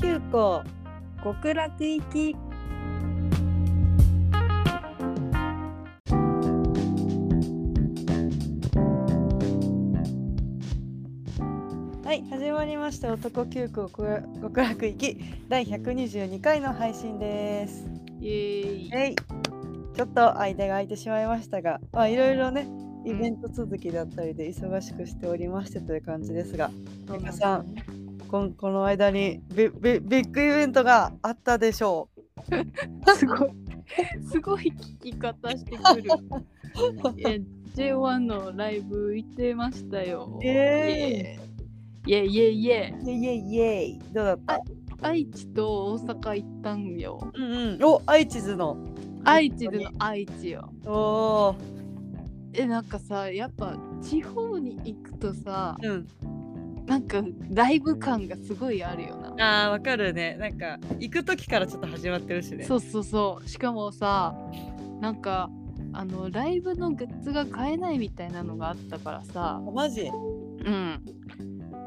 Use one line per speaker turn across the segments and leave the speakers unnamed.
急行
極楽行き
はい始まりました男急行極楽極楽行き第122回の配信です
イエーイ
えいちょっと間が空いてしまいましたがまあいろいろねイベント続きだったりで忙しくしておりましてという感じですが
そうなんですね
さんこんこの間にビビビッグイベントがあったでしょうすごい
すごい聞き方してく るいや J1 のライブ行ってましたよ
イエ
イエイイエイイエイ
イエイイエイイエイどうだった
愛知と大阪行ったんよ
うんうんお愛知図の
愛知での愛知よ
おー
えなんかさやっぱ地方に行くとさ
うん
なんかライブ感がすごいあるよな
あーわかるねなんか行く時からちょっと始まってるしね
そうそうそうしかもさなんかあのライブのグッズが買えないみたいなのがあったからさ
あマジ
うん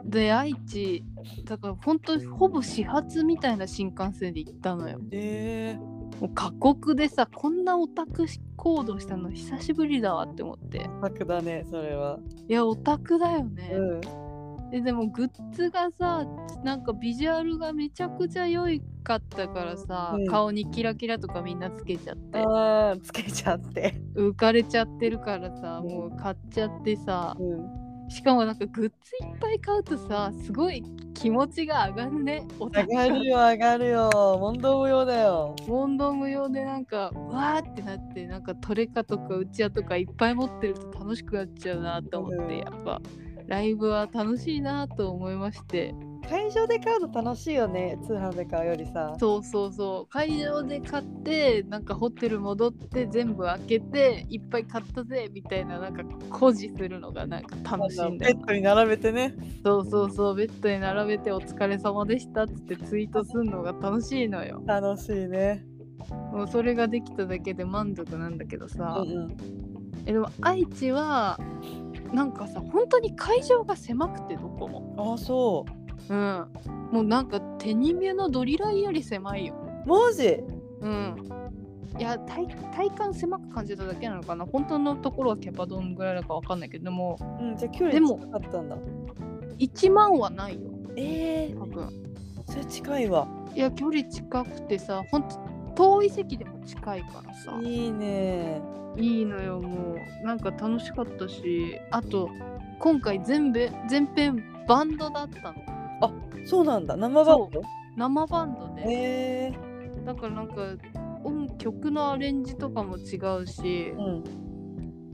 で愛知だからほんとほぼ始発みたいな新幹線で行ったのよ
え
もう過酷でさこんなオタク行動したの久しぶりだわって思って
ー、楽だねそれはい
やオタクだよね、
うん
ででもグッズがさなんかビジュアルがめちゃくちゃ良いかったからさ、
うん
顔にキラキラとかみんなつけちゃって
あーつけちゃって
浮かれちゃってるからさ
うん
もう買っちゃってさ
うん
しかもなんかグッズいっぱい買うとさすごい気持ちが上がるねお
上がるよ上がるよ問答無用だよ
問答無用でなんかわーってなってなんかトレカとかうちわとかいっぱい持ってると楽しくなっちゃうなと思って、
うん
やっぱライブは楽しいなと思いまして
会場で買うの楽しいよね通販で買うよりさ
そうそうそう会場で買ってなんかホテル戻って全部開けていっぱい買ったぜみたいななんか誇示するのがなんか楽しいんだ
ベ
よ
ッドに並べてね
そうそうそうベッドに並べて「お疲れ様でした」っつってツイートするのが楽しいのよ
楽しいね
もうそれができただけで満足なんだけどさ、
うん
えでも愛知はなんかさ本当に会場が狭くてどこも
うんあそ
うんもうなんか手に目のドリライより狭いよ
うマジ
うんいや体体感狭く感じただけなのかな本当のところはキャパどんぐらいだかわかんないけどでも
うんじゃあ距離
でも
近かったんだ
1万はないよ
え
多分
ー、それ近いわ
いや距離近くてさ本当遠い席でも近いからさ
いいね
いいのよもうなんか楽しかったしあと今回全部全編バンドだったの
そうなんだ生バンド
生バンドで、
えー、
だからなんか音曲のアレンジとかも違うし
うん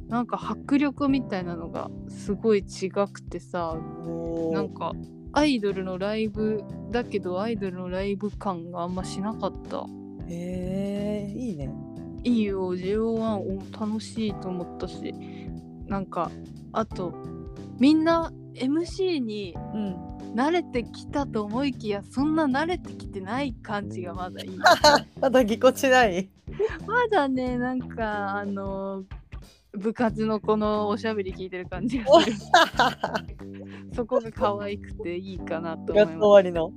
なんか迫力みたいなのがすごい違くてさ
おー
なんかアイドルのライブだけどアイドルのライブ感があんましなかった
へえー、いいね。
いいよ JO1 楽しいと思ったしなんかあとみんな MC に
うん。
慣れてきたと思いきやそんな慣れてきてない感じがまだいい。
まだぎこち ない。
まだね、なんか、あの部活のこのおしゃべり聞いてる感じがする。そこが可愛くていいかなと
部
思い
活終
ます。
わりの。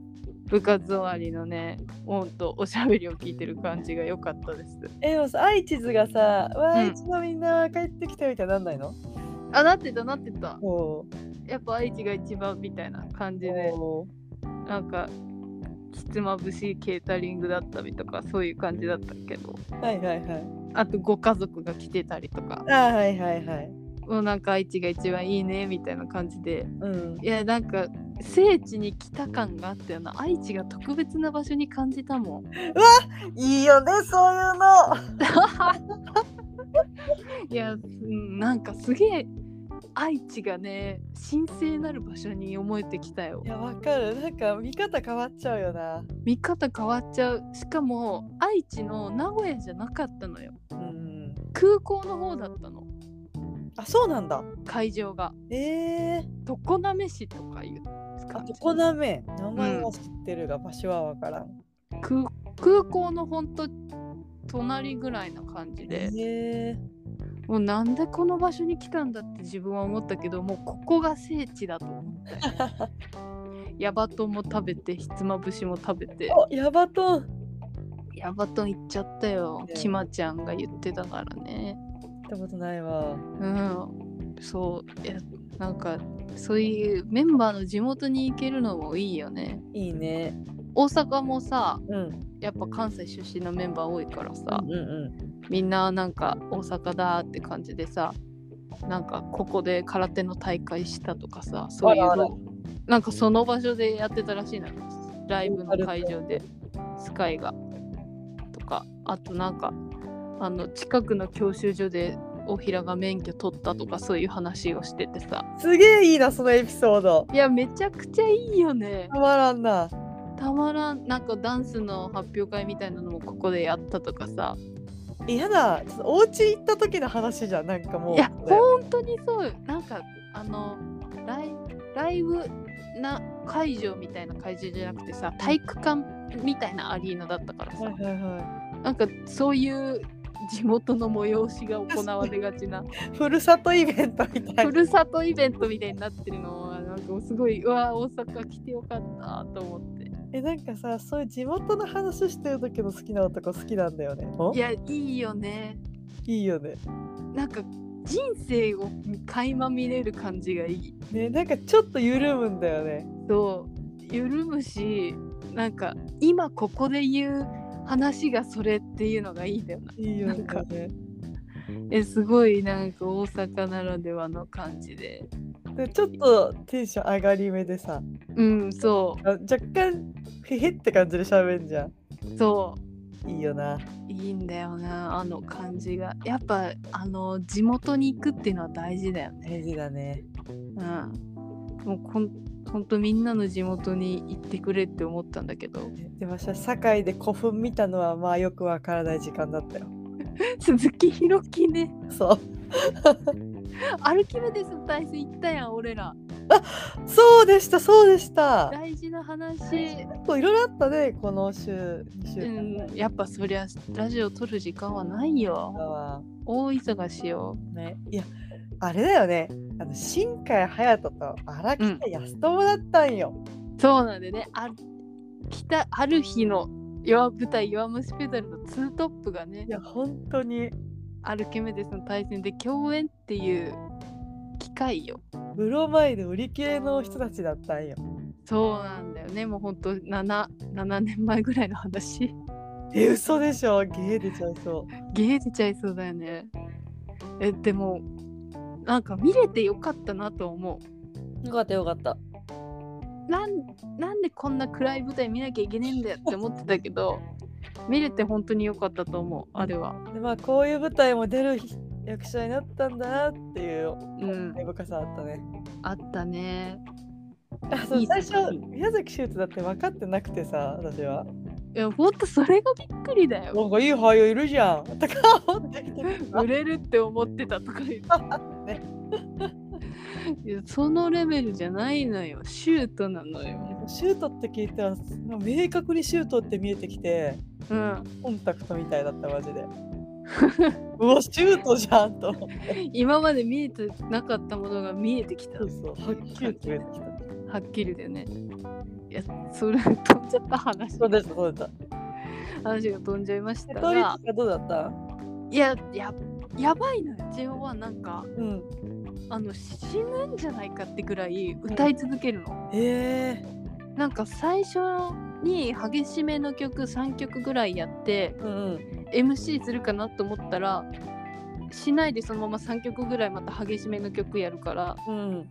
部活終わりのね、ほんとおしゃべりを聞いてる感じが良かったです。
えでもさ、愛知図がさ、わあ、
うん
愛知のみんな帰ってきたみたいになんないの？
あ、なってた、なってた。
おー
やっぱ愛知が一番みたいな感じで、
お
なんか、ひつまぶしいケータリングだったりとか、そういう感じだったけど、
ー。はいはいはい。
あとご家族が来てたりとか、
あーはいはいはい。
もうなんか愛知が一番いいねみたいな感じで、
うん。
いやなんか聖地に来た感があったよな愛知が特別な場所に感じたもん
いいよねそういうの。
いやうんなんかすげえ愛知がね神聖なる場所に思えてきたよ
いやわかる。なんか見方変わっちゃうよな。
見方変わっちゃうしかも愛知の名古屋じゃなかったのよ
うん。
空港の方だったの
あそうなんだ。
会場が
ええー。
常滑市とかいう
あ
感じ
常滑。名前は知ってるが、場所はわからん。
空空港のほんと隣ぐらいな感じで
え
もうなんでこの場 所に来たんだって自分は思ったけどもうここが聖地だと思ったよ
ー。
ヤバトンも食べてひつまぶしも食べて
おヤバトン
ヤバトン行っちゃったよ
ね
きまちゃんが言ってたからね
行ったことないわ
うんそういやなんかそういうメンバーの地元に行けるのもいいよね
いいね
大阪もさ
うん
やっぱ関西出身のメンバー多いからさ
うんうん
みんななんか大阪だって感じでさなんかここで空手の大会したとかさそういう
あらあら
のなんかその場所でやってたらしいなライブの会場でスカイがとかあとなんかあの近くの教習所で大平が免許取ったとかそういう話をしててさ
すげえいいなそのエピソード
いやめちゃくちゃいいよね
たまらんな
たまらんなんかダンスの発表会みたいなのもここでやったとかさ
嫌だちょっとお家行った時の話じゃんなんかもう
い
い
や本当にそうなんかあのライライブな会場みたいな会場じゃなくてさ体育館みたいなアリーナだったからさ、
はいはいは
なんかそういう地元の催しが行われがちな
いふるさとイベントみたいな
ふるさとイベントみたいになってるのはなんかもうすごいうわー大阪来てよかったと思って
えなんかさそういう地元の話してる時の好きな男好きなんだよねお
いやいいよね
いいよね
なんか人生を垣間見れる感じがいい
ねなんかちょっと緩むんだよね
そう緩むしなんか今ここで言う話がそれっていうのがいいんだよない
いよね
なんかえすごいなんか大阪ならではの感じで
でちょっとテンション上がり目でさ
うんそ
あ若干へへって感じで喋んじゃ
うそうん
いいよない
いんだよなあの感じがやっぱあの地元に行くっていうのは大事だよね
大事だね
うんもうこんほんとみんなの地元に行ってくれって思ったんだけど
でもさ堺で古墳見たのはまあよくわからない時間だったよ
鈴木ひろきね
そう
アルキメデスの体制行ったやん俺ら
そうでしたそうでした
大事な話
結構いろいろあったねこの週2週
う
間ぐらい
ん、やっぱそりゃラジオ撮る時間はないよ
だわ
大忙しよ
ねいやあれだよねあの新海隼人と荒北安友だったんよ、
そうなんでねあ来たある日の弱舞台「弱虫ペダル」のツートップがね
いや本当に
アルキメデスの対戦で共演っていう機会よ
ブロマイド売り切れの人たちだったんよ
そうなんだよねもうほんと 7, 7年前ぐらいの話
え嘘でしょゲー出ちゃいそ
ゲー出ちゃいそうだよねえでもなんか見れてよかったなと思う
うよかったよかった
なんなんでこんな暗い舞台見なきゃいけねえんだよって思ってたけど見れて本当に良かったと思うあれは
でまあこういう舞台も出る日役者になったんだなっていう
うん
根深さあったね、
あったね
あそう
いい
最
作品
初宮崎秀人だって分かってなくてさ私はい
やほんとそれがびっくりだよ
なんかいい俳優いるじゃん とか思ってきて
売れるって思ってたとか言う
ね
いやそのレベルじゃないのよシュートなのよ
シュートって聞いたら明確にシュートって見えてきて
うん
コンタクトみたいだったマジ でうわシュートじゃんと思って
今まで見えてなかったものが見えてきた
そうそうはっきり言ってきた
はっきりだよねいやそれ飛んじゃった話
そうでしたそうでした
話が飛んじゃいまし
瀬
た
戸内
が
がどうだった
いやややばいのよ JO1 なんか
うん
あの死ぬんじゃないかってぐらい歌い続けるの、
ええ
なんか最初に激しめの曲3曲ぐらいやって
うんうん
MC するかなと思ったらしないでそのまま3曲ぐらいまた激しめの曲やるから
うん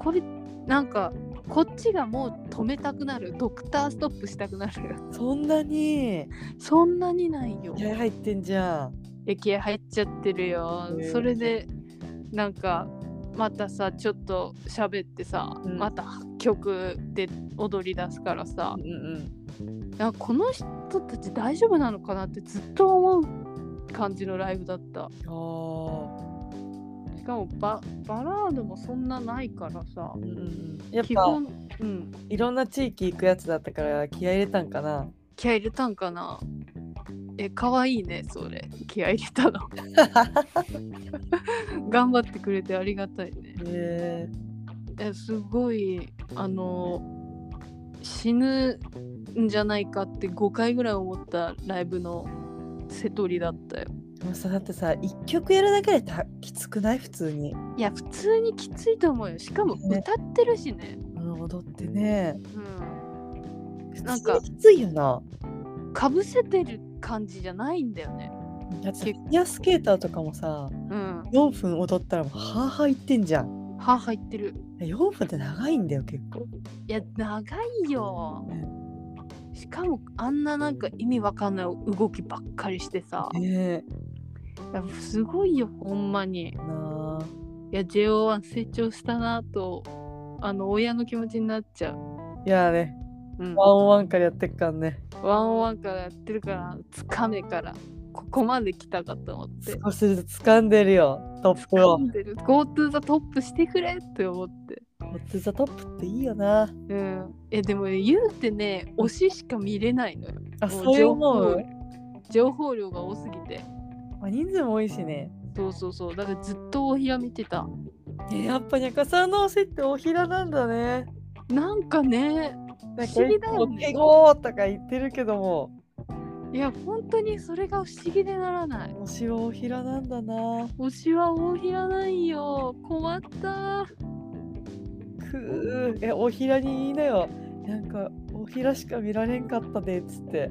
これなんかこっちがもう止めたくなるドクターストップしたくなる
そんなに
そんなにないよ
気合入ってんじゃん
いや気合入っちゃってるよ、
ね
それでなんかまたさちょっと喋ってさ、
うん
また曲で踊り出すからさ
うんうん
なんかこの人たち大丈夫なのかなってずっと思う感じのライブだった
ああ
しかもババラードもそんなないからさ
うんうんやっ
基
ぱ
本、うん、
いろんな地域行くやつだったから気合入れたんかな
気合入れたんかなえ可愛いねそれ気合入れたの 頑張ってくれてありがたいね
ええ
えすごいあの死ぬんじゃないかって5回ぐらい思ったライブの瀬取りだったよ
もうさだってさ1曲やるだけでたきつくない普通に、
いや普通にきついと思うよしかも
ね
歌ってるしね
うん、踊ってね
う
普通
なんか
にきついよなん
かぶせてる感じじゃないんだよね
だって
結
フィギュアスケーターとかもさ
うん
4分踊ったらもうはあはあ言ってんじゃん
歯入ってる
4分って長いんだよ結構
いや長いよしかもあんななんか意味わかんない動きばっかりしてさ
ねえ
いやすごいよほんまに
ない
や JO1 成長したなとあの親の気持ちになっちゃう、
あいやね
うん、
ワンオンワンからやってっからね
ワンオンワンからやってるからつかめからここまで来たかと思って
少しずつ掴んでるよトップ
掴
を
んでる GoTo ザトップしてくれって思って
トップザトップっていいよな
うんえでも言うてね推ししか見れないのよ
あ
も
そう思う
情報情報量が多すぎて
まあ、人数も多いしね
そうそうそうだからずっと大平見てた
えやっぱにゃかさんの推しっておひらなんだね
なんか
なん
ね
か
不思議だよね
いつも敬語とか言ってるけども
いや本当にそれが不思議でならない
推しはおひらなんだな
推しは大平ないよ困った
くーえおひらに言いなよなんかおひらしか見られんかったでっつって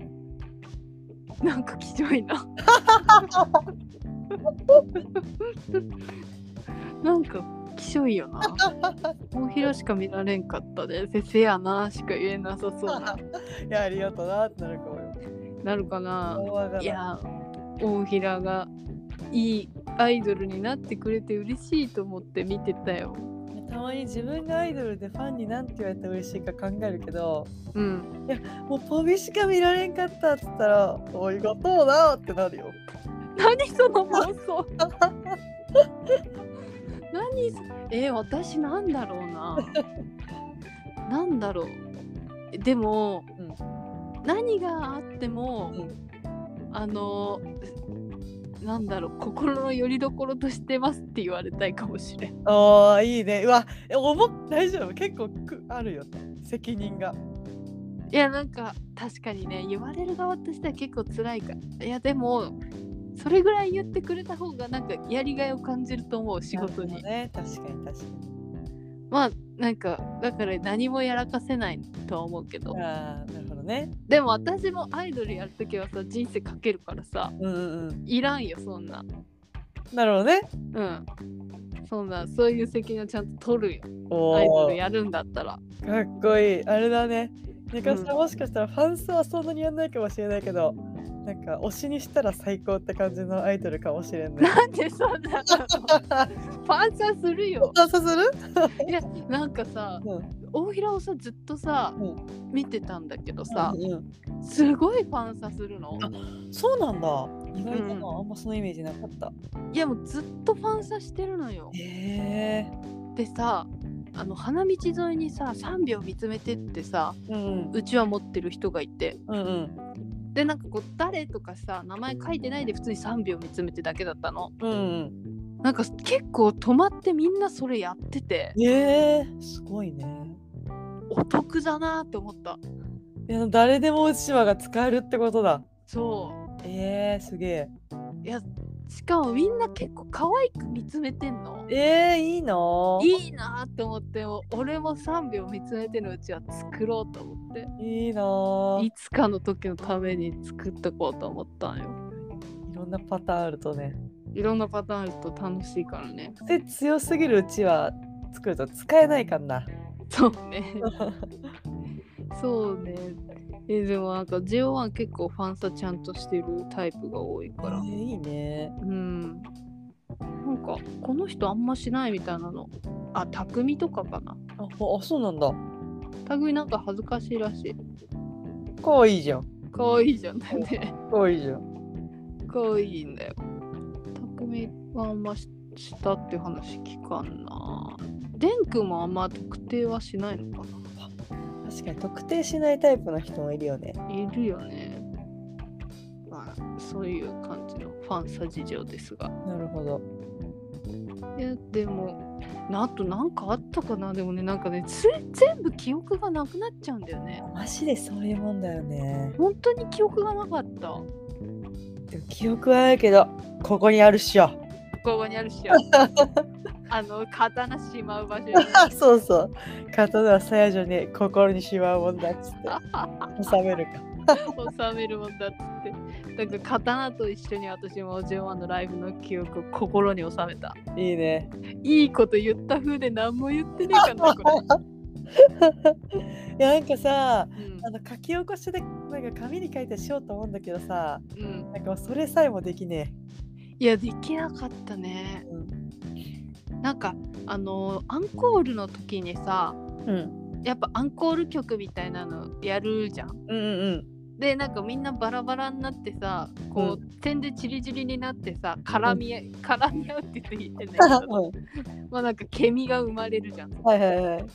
なんかきちょいななんかきしょいよな大平しか見られんかったで「せせやな」しか言えなさそうない
やありがとうなってなるかもよ
なるかな
大和が
いや大平がいいアイドルになってくれて嬉しいと思って見てたよ
たまに自分がアイドルでファンになんて言われて嬉しいか考えるけど
うん
もうポビしか見られんかったっつったら「おいがとうな」ってなるよ
何その妄想何そえー私なんだろうななんだろうえでも、何があっても、
うん
あのなんだろう心の拠り所としてますって言われたいかもしれん
あーいいねうわえ重っ大丈夫結構くあるよ責任が
いやなんか確かにね言われる側としては結構辛いからいやでもそれぐらい言ってくれた方がなんかやりがいを感じると思う仕事
なるほ
に
どね確かに確かに
まあなんかだから何もやらかせないとは思うけど
あーなるほどね
でも私もアイドルやるときはさ人生かけるからさ
うんうんうん
いらんよそんな
なるほどね
うんそんなそういう責任はちゃんと取るよアイ
お
ド
お
ルやるんだったら
かっこいいあれだねネカさん、もしかしたらファンスはそんなにやんないかもしれないけどなんか推しにしたら最高って感じのアイドルかもしれ ない
なんでそん なのファンサするよ
あそうする
いやなんかさ、
うん
大平をさずっとさ、
う
見てたんだけどさ、
うんうん
すごいファンサするの
そうなんだ。意外だな、
うん
あんまそのイメージなかった。
いやもうずっとファンサしてるのよ
へえ。
でさあの花道沿いにさ3秒見つめてってさ
うん
うちわ持ってる人がいて
うんうん
でなんかこう誰とかさ名前書いてないで普通に3秒見つめてだけだったの
うん
なんか結構止まってみんなそれやってて
うん。へえ、すごいね。
お得だなって思った
いや誰でもうちわが使えるってことだ。
そう
ええ、すげ
しかもみんな結構可愛く見つめてんの
え。ええ、いいな。い
いいなって思って俺も3秒見つめてのうちは作ろうと思って
いいな。い
いつかの時のために作っとこうと思ったんよ
ろんなパターンあるとね。
いろんなパターンあると楽しいからね
で強すぎるうちわ作ると使えないからな。
そう ねそうねえでもなんか JO1 結構ファンサちゃんとしてるタイプが多い
え
から
えいいね。
うんなんかこの人あんましないみたいなのあ匠とかかな
あ、ほあそうなんだ。
匠なんか恥ずかしいらしい
可愛いじゃん。
可愛いじゃんだよ ね
可愛いじゃん。
可愛いんだよ。匠はあんまししたっていう話聞かんな。デン君もあんま特定はしないのか
確かに特定しないタイプの人もいるよね。
な。いるよね。まあそういう感じのファンサ事情ですが。
なるほど。
いやでもあとなんかあったかなでもねなんかねつ全部記憶がなくなっちゃうんだよね
マジでそういうもんだよね
本当に記憶がなかったこ
でも記憶はあるけどここにあるっしょ
こにあるっしょあの刀しまう場所に
そうそう刀は鞘女に心にしまうもんだっつって収めるか
収めるもんだっつってなんか刀と一緒に私も JO1 のライブの記憶を心に収めた
いいね
いいこと言った風で何も言ってねえかなこ
いやなんかさ
れ、
あの書き起こしでなんか紙に書いてしようと思うんだけどさ
うんうん、
なんかもうそれさえもできね
いやできなかったね
え、うん
なんかあのアンコールの時にさ
うん、
やっぱアンコール曲みたいなのやるじゃん。
うんうん
でなんかみんなバラバラになってさこう、点でチリチリになってさ絡み合い、絡み合うって言って言ってんだ けど
う
まあなんかケミが生まれるじゃん。
んはいはいはい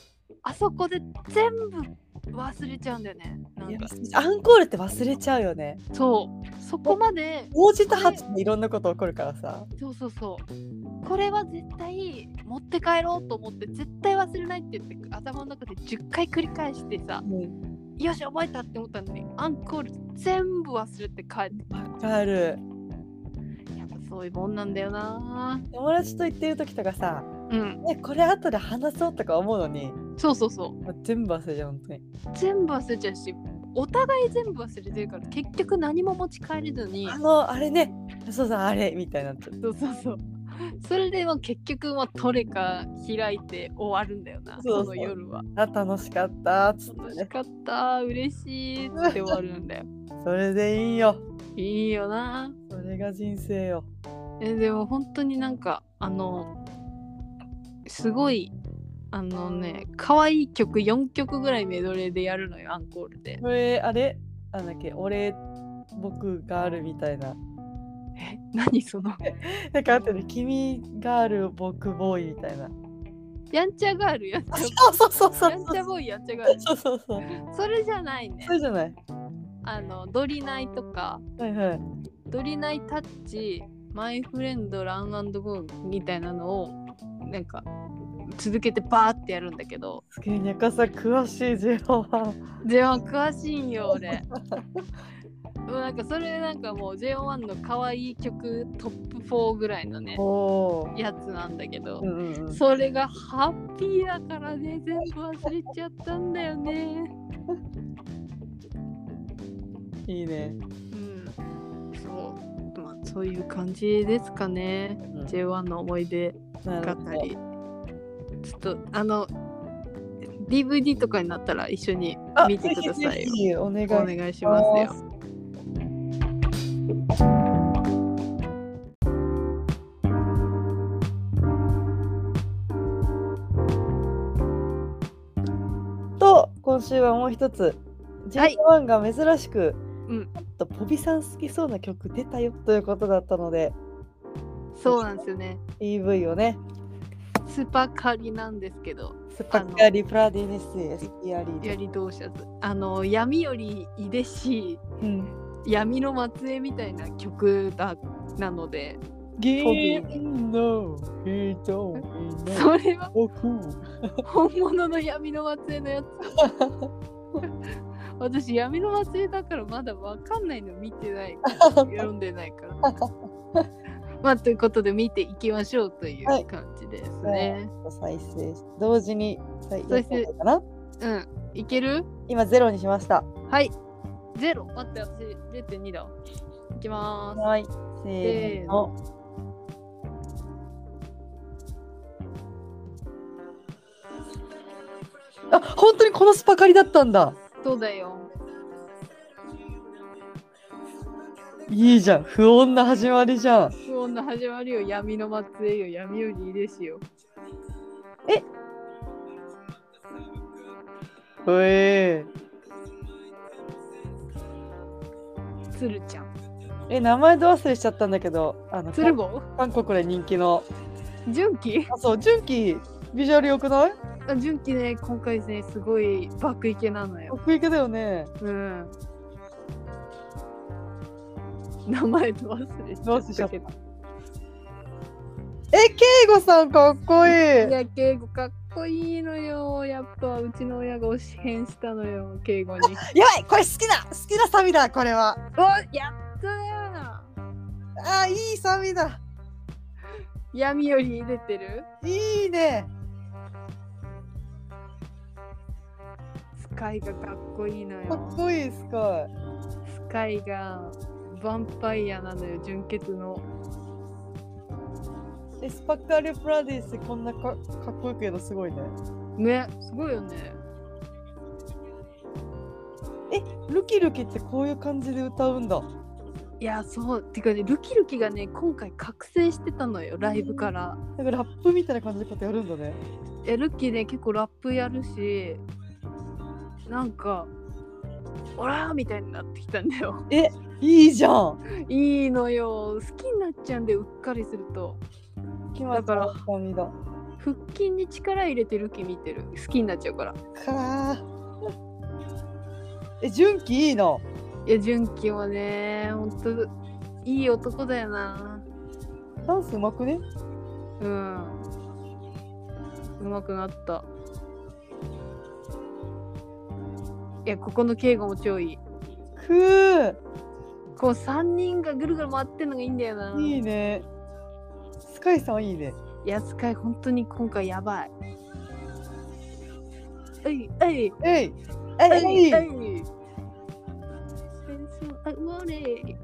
あそこで全部忘れちゃうんだよね。ないん
や
か
アンコールって忘れちゃうよね
そうそこまで
応じた発でいろんなこと起こるからさ
そうそうそうこれは絶対持って帰ろうと思って絶対忘れないって言って頭の中で10回繰り返してさ
うん
よし覚えたって思ったのにアンコール全部忘れて帰って
わかる
やっぱそういうもんなんだよな
友達と行ってる時とかさ
うん
えこれ後で話そうとか思うのに
そうそうそう
もう全部忘れちゃう本当に
全部忘れちゃうしお互い全部忘れてるから結局何も持ち帰れずに
あのあれねそうそうあれみたいになっちゃう
そうそうそうそれでまあ結局まあトレカ開いて終わるんだよ
そ
な
うそう
その夜は
あ楽しかったっつっ
楽
て
し
ね
かった嬉しいって終わるんだよ
それでいいよ
いいよな
それが人生よ
えでも本当になんかあのすごいあのね可愛い曲4曲ぐらいメドレーでやるのよアンコールで
これあれなんだっけ俺僕があるみたいな
え何その
なんかあってね君がある僕ボーイみたいな
やんちゃガールやんちゃ
そうそうそうそう
やんちゃボーイやんちゃガール
そうそうそう
それじゃないね
それじゃない
あのドリナイとか
はいはい
ドリナイタッチマイフレンドランゴーみたいなのをなんか続けてバーってやるんだけど
すげえにゃかさん詳しい JO1
J1 詳しいんよ俺もうなんかそれなんかもう J1 の可愛い曲トップ4ぐらいのね
おおー
やつなんだけど
う、んうんうん
それがハッピーだからね全部忘れちゃったんだよね
いいね、
うんそうまあそういう感じですかね
うん
J1 の思い出
な
か
る
っ
ほ
た
ど
りちょっとあの DVD とかになったら一緒に
あ
見てくださ
ぜ
い
ひ
よ
ぜひお願い
お
します
願いしますよ
と今週はもう一つ
はい
JO1 が珍しく、
うん
ちょっとポビさん好きそうな曲出たよということだったので
そうなんですよね
EV をね
スーパーカリなんですけど
スパッカリプラディネスエスピアリ
や
ー
り同社あの闇よりいでし
うん
い闇の末裔みたいな曲だなので
銀の人々
それは
僕
本物の闇の末裔の やつ私闇の末裔だからまだわかんないの見てない読んでないから。 まあということで見ていきましょうとい
は
う
い
感じですね。
再生し同時に再
再
生
生
かな
うん。いける
今ゼロにしました
はい。ゼロ待って私0.2だわ。いきまー
はいせーのあ本当にこのスパカリだったんだ
す。そうだよ。
いいじゃん不穏な始まりじゃん
不穏の始まりよ闇の末裔よ闇よりいいですよ。
え
つるちゃん。
え名前ど忘れしちゃったんだけどあの
つるぼ
韓国で人気の
純喜
あそう純喜ビジュアル良くない
あ純喜ね今回ねすごい爆イケなのよ。
奥行きだよね
うん。名前と忘れちゃ
ど
っ
うしちゃ
た
った
けど。
え、ケイゴさんかっこいい。
いや、敬語かっこいいのよ。やっぱうちの親が推し変したのよ、敬語に。
やばい、これ好きだ、好きなサビだ、これは。
おやったよ。
あー、いいサビだ。
闇より出てる
いいね。
スカイがかっこいいの
か
よ
っ。こいい、すごい。
スカイがヴァンパイアなのよ、純血の。
エスパカルプラディス、こんなかかっこいいけど、すごいね。
ね、すごいよね。
ルキルキってこういう感じで歌うんだ。
いや、そう。てかね、ルキルキがね、今回覚醒してたのよ、ライブから。
なんかラップみたいな感じでことやるんだね。
えルッキーね結構ラップやるしなんか「オラ!」みたいになってきたんだ よ
いいじゃん。
いいのよ好きになっちゃうんでうっかりすると
決まった
だ
サビだ。
腹筋に力入れてルッキー見てる好きになっちゃうから
かー。え、純喜いいな。
いや純喜はねほんといい男だよな
ダンスうまくね。
うんうまくなったいやここの敬語も超いい
くー。
こう3人がぐるぐる回ってんのがいいんだよない
いね。スカイさんいいね。
いやつかい本当に今回やばい。えいえい
えい。
えい
え
えい。
い。
I want it.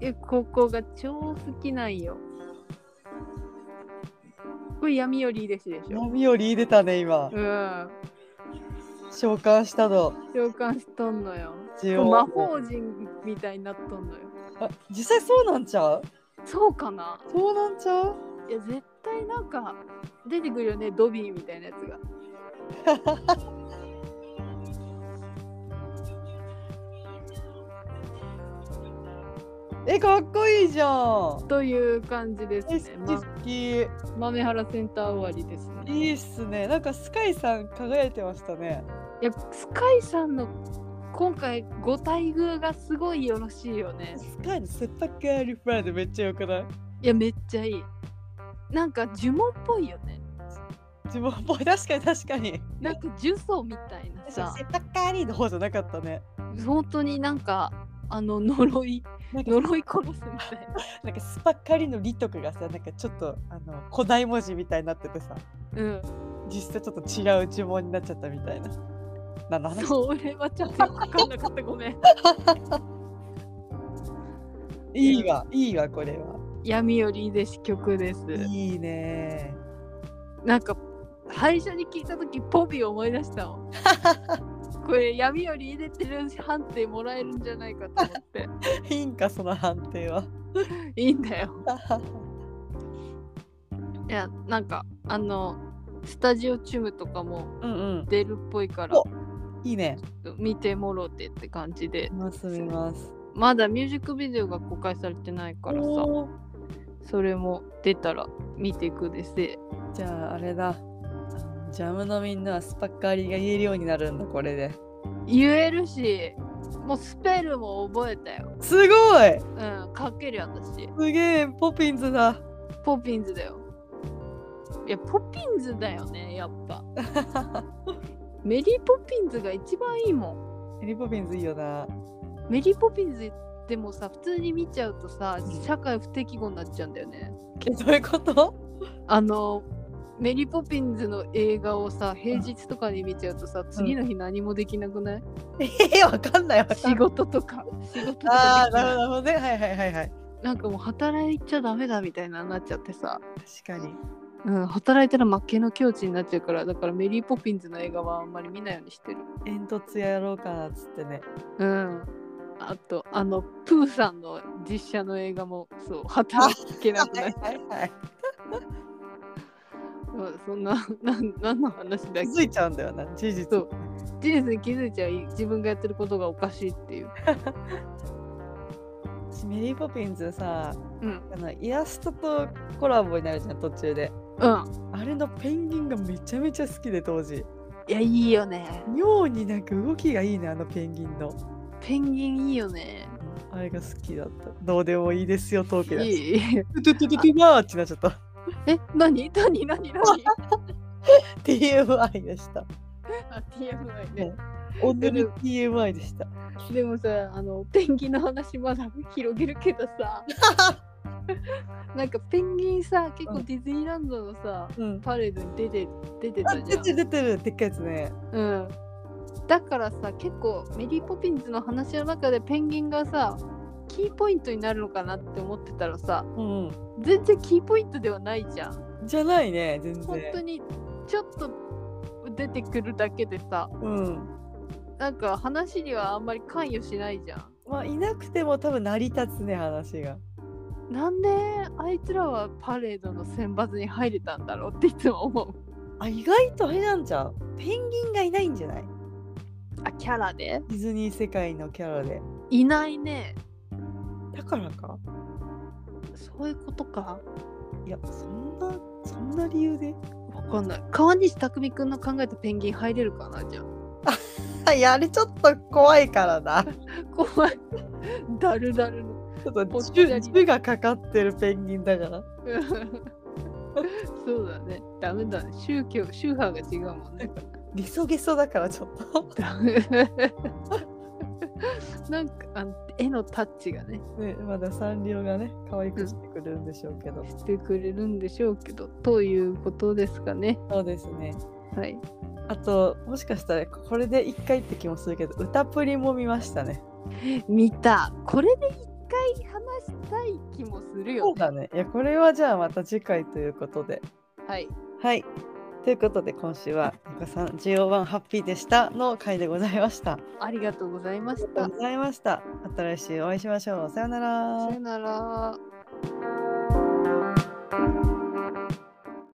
えここが超好きなんよ。これ闇よりいいですでしょ。
波より出たね、今。
うん。
召喚したの。
召喚しとんのよ。
ジオ
魔法人みたいになっとんのよ。
あ実際そうなんちゃう
そうかな
そうなんちゃう
いや絶対なんか出てくるよねドビーみたいなやつが
え、かっこいいじゃん。
という感じです
え、
ね、
好
ま
き、好き。
豆原センター終わりですね
いいっすね。なんかスカイさん輝いてましたね。
いやスカイさんの今回ご待遇がすごいよろしいよね
スカイのセッパカーリフライドめっちゃよくない
いやめっちゃいいなんか呪文っぽいよね
自分っぽい。確かに確かに。
なんか呪詛みたいな
確か
さ
にセッパカーリーの方じゃなかったね。
本当になんかあの呪い
なんか
呪い殺すみたい
なんかスパカリのリとかがさ、なんかちょっとあの古代文字みたいになっててさ、
なうん
実際ちょっと違う呪文になっちゃったみたいな。なんの話
それはちょっとよくわかんなかったごめん
いいわ、いいわ、これは。
闇よりいいです曲です
いいね。
なんか最初に聞いた時ポビを思い出したのこれ闇より入れてる判定もらえるんじゃないかと思って
いいんか、その判定は。
いいんだよいやなんかあのスタジオチュムとかも
うんうん。
出るっぽいから
おいいね。
見てもろてって感じで
見ます、見ます。
まだミュージックビデオが公開されてないからさ
おー
それも出たら見ていくです
じゃあ、あれだ。あのジャムのみんなはスパカリが言えるようになるんだ、これで。
言えるしもうスペルも覚えたよ
すごい
うん書けるよ私
すげえ、ポピンズだ。
ポピンズだよ。いや、ポピンズだよね、やっ ぱ。メリーポピンズが一番いいもん。
エリポピンズいいよな。
メリーポピンズでもさ、普通に見ちゃうとさ、社会不適合になっちゃうんだよね。
え、どういうこと
あの、メリーポピンズの映画をさ、平日とかに見ちゃうとさ、次の日何もできなくない、
えー、わかんないわかんない
仕事 とか、仕事と
ああ、
かできな
ないるほどね。はいはいはいはい。
なんかもう働いちゃダメだみたいなのになっちゃってさ、
確かに。
うん、働いたら負けの境地になっちゃうから、だからメリーポピンズの映画はあんまり見ないようにしてる。
煙突やろうかなっつってね。
うん。あと、あの、プーさんの実写の映画も、そう、働けなくなる。
はいはい。
うんそんな、 なん、なんの話だっ
気
け
づいちゃうんだよな、事実。
そう事実に気づいちゃう、自分がやってることがおかしいっていう。
メリーポピンズさ、
うん。
あのイラストとコラボになるじゃん、途中で。
うん。
あれのペンギンがめちゃめちゃ好きで、当時。
いや、いいよね。
妙になんか動きがいいね、あのペンギンの。
ペンギンいいよね。
あれが好きだった。どうでもいいですよ、トーク
い
で。
いえ
トゥトゥトゥトゥトゥマーチになっちゃった。
何何何何
TMI でした。
あ TMI
ね
ね
オンドル TMI でした。
でもさあのペンギンの話まだ広げるけど さなんかペンギンさ結構ディズニーランドのさ、
うん。
パレードに出て出て
あ、
たじ
出
ゃん
てる出てる、でっかいやつね。
うん、だからさ結構メリー・ポピンズの話の中でペンギンがさキーポイントになるのかなって思ってたらさ
うん。
全然キーポイントではないじゃん
じゃないね、全然。
本当にちょっと出てくるだけでさ
うん。
なんか話にはあんまり関与しないじゃん
まあ、いなくても多分成り立つね、話が。
なんであいつらはパレードの選抜に入れたんだろうっていつも思う
あ、意外とあれなんじゃうペンギンがいないんじゃない
あキャラで
ディズニー世界のキャラで。
いないね
だからか
そういうことか
いや、そんな、そんな理由で
わかんない川西匠くんの考えたペンギン入れるかなじゃあ
あ、いや、あれちょっと怖いからな。 ち
怖い。だるだるの。
ょっと
ぽっち
銃
ゃり
銃がかかってるペンギンだから。
そうだね。ダメだね。宗教、宗派が違うもんね。
リソゲソだからちょっと。
ダメ。なんかあの絵のタッチがね
ね、まだサンリオがね、可愛くしてくれるんでしょうけど。
してくれるんでしょうけどということですかね
そうですね。
はい
あと、もしかしたらこれで一回って気もするけど、歌プリも見ましたね。
見たこれで一回話したい気もする
そ
よ
うだね。いや、これはじゃあまた次回ということで。
はい
はい。ということで、今週は、ゆかさん、GO1 ハッピーでしたの回でございました。あ
ありがとうございまし
りが
た
とうございました。また来週お会いしましょう。さようなら
さよなら